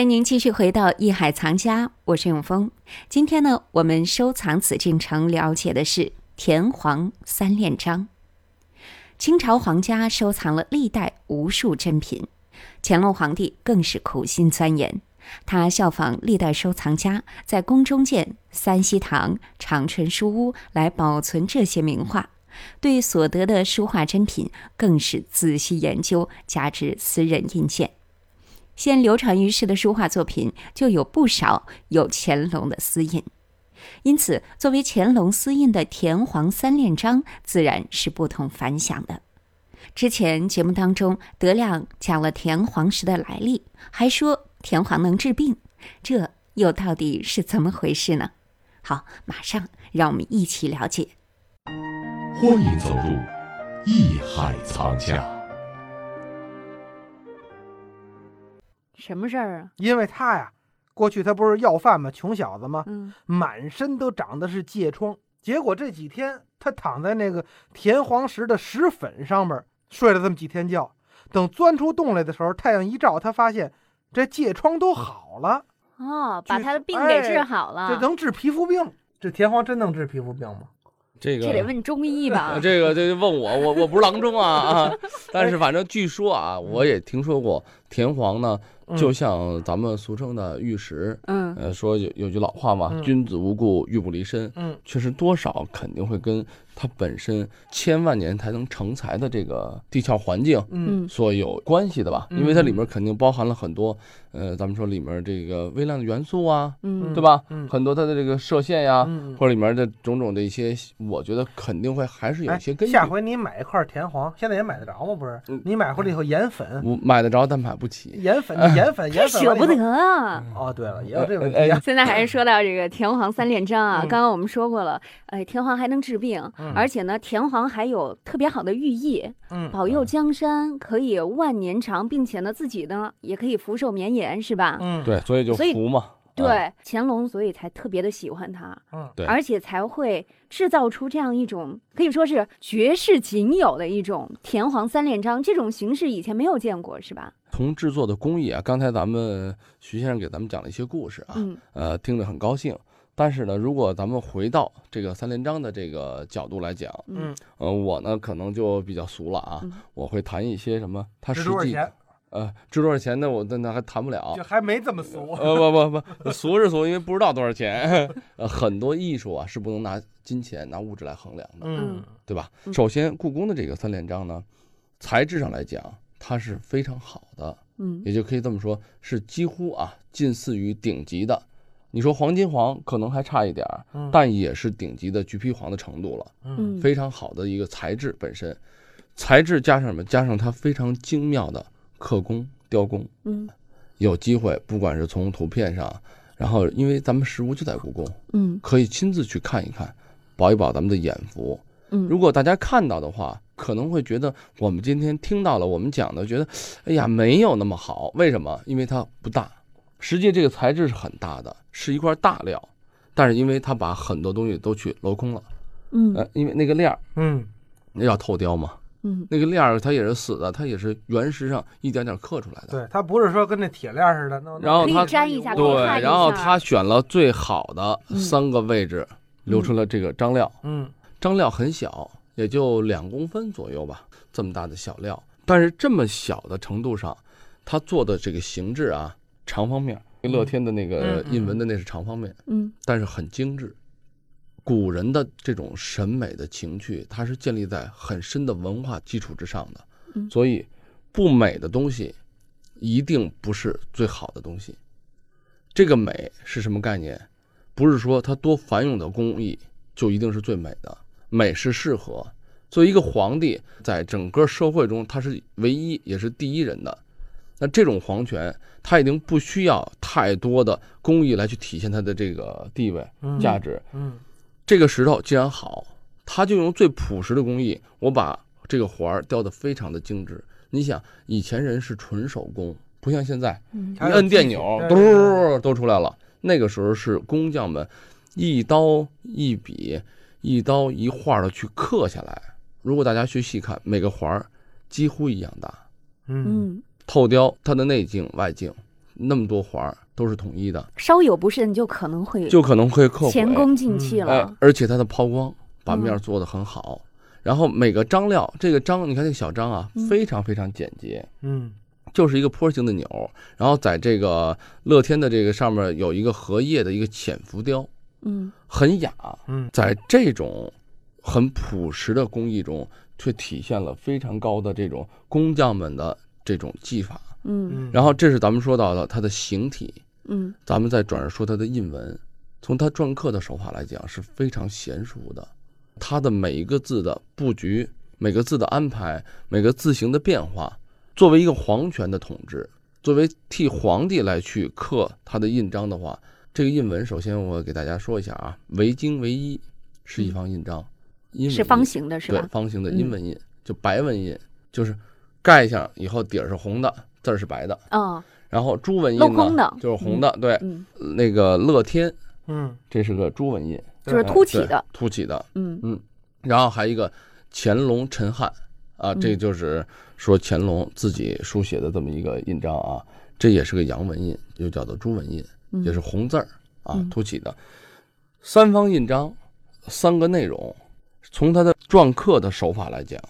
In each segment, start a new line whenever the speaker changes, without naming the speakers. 欢迎您继续回到《艺海藏家》，我是永峰。今天呢，我们收藏紫禁城了解的是田黄三链章。清朝皇家收藏了历代无数珍品，乾隆皇帝更是苦心钻研。他效仿历代收藏家，在宫中建三希堂、长春书屋来保存这些名画，对所得的书画珍品更是仔细研究，加之私人印鉴。现流传于世的书画作品就有不少有乾隆的私印，因此作为乾隆私印的田黄三链章自然是不同凡响的。之前节目当中，德亮讲了田黄石的来历，还说田黄能治病，这又到底是怎么回事呢？好，马上让我们一起了解。
欢迎走入艺海藏家。
什么事儿啊？
因为他呀，过去他不是要饭吗？穷小子吗？
嗯，
满身都长的是疥疮，结果这几天他躺在那个田黄石的石粉上面睡了这么几天觉，等钻出洞来的时候，太阳一照，他发现这疥疮都好了，
哦，把
去
他的病
哎
给治好了，
这能治皮肤病。这田黄真能治皮肤病吗？
这个
这得问啊中医吧
呃？这个这就问我，我我不是郎中啊 啊！但是反正据说啊，
嗯
我也听说过田黄呢，
嗯
就像咱们俗称的玉石，
嗯，
呃，说有有句老话嘛，
嗯
君子无故玉不离身。
嗯，
确实多少肯定会跟它本身千万年才能成材的这个地壳环境。
嗯
嗯
所有关系的吧，因为它里面肯定包含了很多，呃，咱们说里面这个微量的元素啊，
嗯，
对吧？
嗯
很多它的这个射线呀，
嗯，
或者里面的种种的一些，我觉得肯定会还
嗯
是有
哎
一些根据。
下回你买一块田黄，现在也买得着吗？不是
嗯，
你买回来以后研粉，
我买得着，但买不起。
研粉，你研 粉，
他哎
研粉
舍
完了
不
以后
得啊。
哦，对了，也有这个问
哎
题啊。
现在还是说到这个田黄三链章啊，
嗯
刚刚我们说过了，哎，田黄还能治病，
嗯
而且呢，田黄还有特别好的寓意，
嗯，
保佑江山可以万年长，并且呢，自己呢也可以福寿绵延，是吧？
嗯，
对，所以就
所以
服嘛。啊
对，乾隆所以才特别的喜欢它，
嗯
对
而且才会制造出这样一种可以说是绝世仅有的一种田黄三链章，这种形式以前没有见过，是吧？
从制作的工艺啊，刚才咱们徐先生给咱们讲了一些故事啊，
嗯
呃，听着很高兴。但是呢，如果咱们回到这个三连章的这个角度来讲，
嗯，
呃，我呢可能就比较俗了啊，
嗯
我会谈一些什么，它
值
实
多少
际
钱？
呃值多少钱的，我那那还谈不了
就。还没这么俗。
呃不不不，俗是俗，因为不知道多少钱。 呃，很多艺术啊是不能拿金钱、拿物质来衡量的。
嗯
对吧？
嗯
首先，故宫的这个三连章呢，材质上来讲，它是非常好的，
嗯
也就可以这么说，是几乎啊近似于顶级的。你说黄金黄可能还差一点儿，
嗯
但也是顶级的橘皮黄的程度了，
嗯
嗯，
非常好的一个材质本身，材质加上什么？加上它非常精妙的刻工、雕工，
嗯
有机会不管是从图片上，然后因为咱们实物就在故宫，
嗯
可以亲自去看一看，保一保咱们的眼福。
嗯
如果大家看到的话，可能会觉得我们今天听到了我们讲的，觉得哎呀没有那么好。为什么？因为它不大。实际这个材质是很大的，是一块大料，但是因为它把很多东西都去镂空了，
嗯
呃，因为那个链儿
嗯
那叫透雕嘛，
嗯
那个链儿它也是死的，它也是原石上一点点刻出来的。
对，它不是说跟那铁链似的，那
然后
可以
它
粘一下
多
看一
对，然后
下
他选了最好的
嗯
三个位置，留出了这个张料。
嗯
张料很小，也就两公分左右吧，这么大的小料。但是这么小的程度上，它做的这个形制啊，长方面，乐天的那个
嗯嗯
印文的那是长方面，
嗯
但是很精致。古人的这种审美的情趣，它是建立在很深的文化基础之上的，
嗯
所以不美的东西一定不是最好的东西。这个美是什么概念？不是说它多繁冗的工艺就一定是最美的，美是适合。作为一个皇帝，在整个社会中，他是唯一也是第一人的。那这种皇权，他已经不需要太多的工艺来去体现他的这个地位、
嗯
价值。
嗯
这个石头既然好，他就用最朴实的工艺，我把这个环儿雕得非常的精致。你想，以前人是纯手工，不像现在，
嗯
还
一
有
摁
机
电
器
钮，
对
嘟
对
儿都出来了。那个时候是工匠们一刀一笔、一刀一画的去刻下来。如果大家去细看，每个环儿几乎一样大。
嗯
嗯
透雕它的内径、外径，那么多环儿都是统一的，
稍有不慎就可能会
就可能会克
前
毁。
功尽弃
哎
了。，
而且它的抛光把面儿
嗯
做得很好，然后每个张料，这个章你看这个小章啊
嗯，
非常非常简洁，
嗯
就是一个坡形的钮，然后在这个乐天的这个上面有一个荷叶的一个浅浮雕，
嗯
很雅。
嗯
在这种很朴实的工艺中，却体现了非常高的这种工匠们的这种技法。
嗯
嗯，
然后这是咱们说到的它的形体，
嗯
咱们再转而说它的印文。从它篆刻的手法来讲是非常娴熟的，它的每一个字的布局、每个字的安排、每个字形的变化，作为一个皇权的统治，作为替皇帝来去刻它的印章的话，这个印文首先我给大家说一下啊，为经为一是一方印章，因
嗯
为
是方形的是
对
吧？
方形的
嗯
阴文印，就白文印，就是盖上以后底儿是红的，字儿是白的。
嗯
然后朱文印
镂空
呢
的，
就是红的，对，
嗯，
那个乐天，
嗯
这是个朱文印，
就是凸起的
啊对，凸起的。
嗯
然后还有一个乾隆陈汉啊，这
嗯
就是说乾隆自己书写的这么一个印章啊，这也是个洋文印，又叫做朱文印，
嗯，
也是红字儿啊
嗯，
凸起的。三方印章，三个内容，从它的篆刻的手法来讲，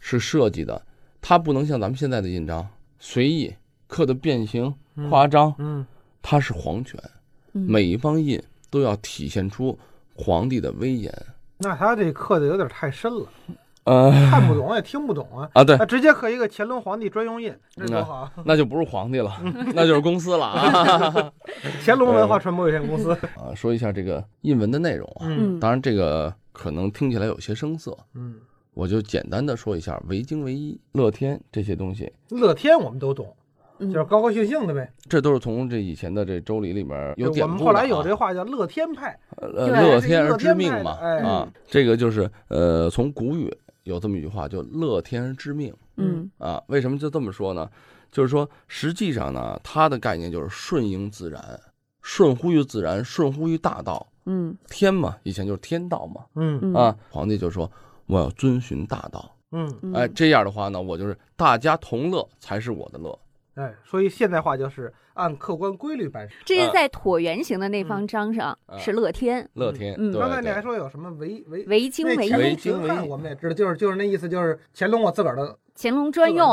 是设计的，它不能像咱们现在的印章随意刻的变形
嗯
夸张，
嗯
它是皇权，
嗯
每一方印都要体现出皇帝的威严。
那他这刻的有点太深了，
呃
看不懂也听不懂啊。
啊，对嗯
那，直接刻一个乾隆皇帝专用印，这多好啊！
那就不是皇帝了， 那就是公司了啊。
乾隆文化传播有限公司。
啊，说一下这个印文的内容啊，
嗯
嗯
当然这个可能听起来有些生涩，
嗯，
我就简单的说一下维京唯一、乐天这些东西，
乐天我们都懂，
嗯
就是高高兴兴的呗。
这都是从这以前的这周礼里面有典
我们
故
后
的
来有
啊
这话叫乐天派。
呃
对
乐
这
天
乐
而
天
知
派
命
的
嘛
哎
啊，这个就是呃从古语有这么一句话叫乐天而知命
嗯
啊，为什么就这么说呢？就是说实际上呢，它的概念就是顺应自然，顺乎于自然，顺乎于大道。
嗯
天嘛，以前就是天道嘛，
嗯
嗯
啊，皇帝就说我要遵循大道，
嗯，
嗯
哎，这样的话呢，我就是大家同乐才是我的乐，
哎，所以现代化就是按客观规律办事。
这是
呃
在椭圆形的那方章上
呃
是乐天，
乐天，
嗯
对
刚才你还
对，
说有什么维维
维经
那
维
乾
为
隆
一
秦
为
汉
一
我们也知道，就是就是那意思，就是乾隆我自个儿的
乾隆专用，，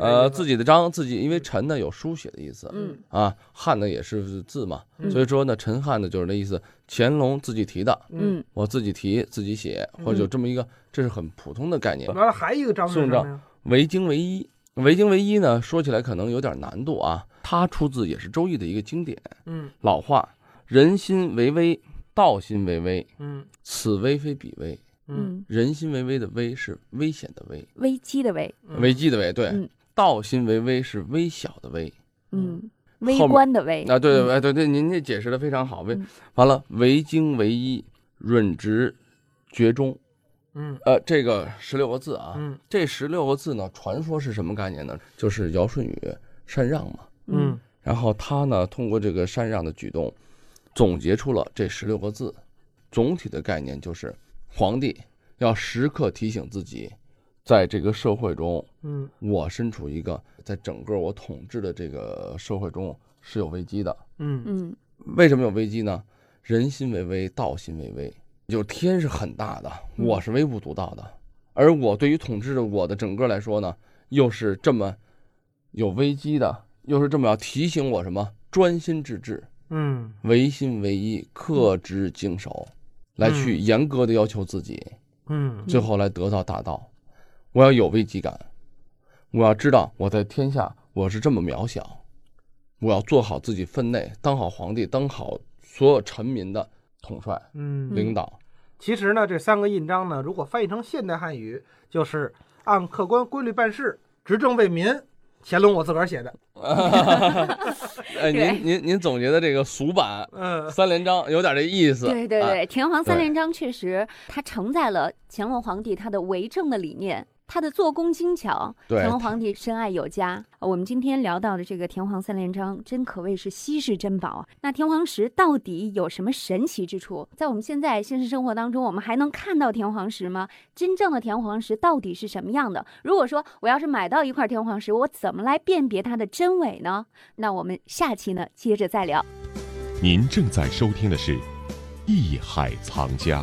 呃，自
己
己的章自己，因为臣呢有书写的意思
嗯
啊，汉呢也是字嘛，
嗯
所以说呢，陈汉呢就是那意思，乾隆自己提的，
嗯
我自己提自己写，或者有这么一个，这是很普通的概
嗯
念，
完了还一个章是什
宋
么
章
呀？
维京唯一。维京唯一呢，说起来可能有点难度啊，它出自也是《周易》的一个经典。
嗯
老话，人心为微，道心为微，
嗯
此微非彼微。
嗯
嗯，
人心为微的微是危险的危，
危机的危，
嗯
危机的危。对，
嗯
道心为微是微小的微。
嗯，微
面
观的微
啊，对
嗯
对哎对对，您这解释的非常好。微、
嗯
完了，为精为一，润直绝中。
嗯
呃，这个十六个字啊，
嗯
这十六个字呢，传说是什么概念呢？就是尧舜禹禅让嘛。
嗯
然后他呢，通过这个禅让的举动，总结出了这十六个字，总体的概念就是：皇帝要时刻提醒自己，在这个社会中，
嗯
我身处一个在整个我统治的这个社会中是有危机的。
嗯
嗯
为什么有危机呢？人心为微，道心为微，就是天是很大的，
嗯
我是微不足道的，而我对于统治的我的整个来说呢，又是这么有危机的，又是这么要提醒我什么专心致志、
嗯
唯心唯一、克之精守，来去严格的要求自己，
嗯
最后来得到大道。我要有危机感，我要知道我在天下我是这么渺小，我要做好自己分内，当好皇帝，当好所有臣民的统帅
嗯。
领导。
其实呢，这三个印章呢，如果翻译成现代汉语，就是按客观规律办事，执政为民。乾隆我自个儿写的，
哎，
对
您您您总结的这个俗版
嗯
三连章有点这意思。
对对
哎
对，田黄三
对
连章确实，它承载了乾隆皇帝他的为政的理念，它的做工精巧，
对
乾隆皇帝深爱有加。呃我们今天聊到的这个田黄三连章，真可谓是稀世珍宝啊。那田黄石到底有什么神奇之处？在我们现在现实生活当中，我们还能看到田黄石吗？真正的田黄石到底是什么样的？如果说我要是买到一块田黄石，我怎么来辨别它的真伪呢？那我们下期呢，接着再聊。
您正在收听的是《艺海藏家》。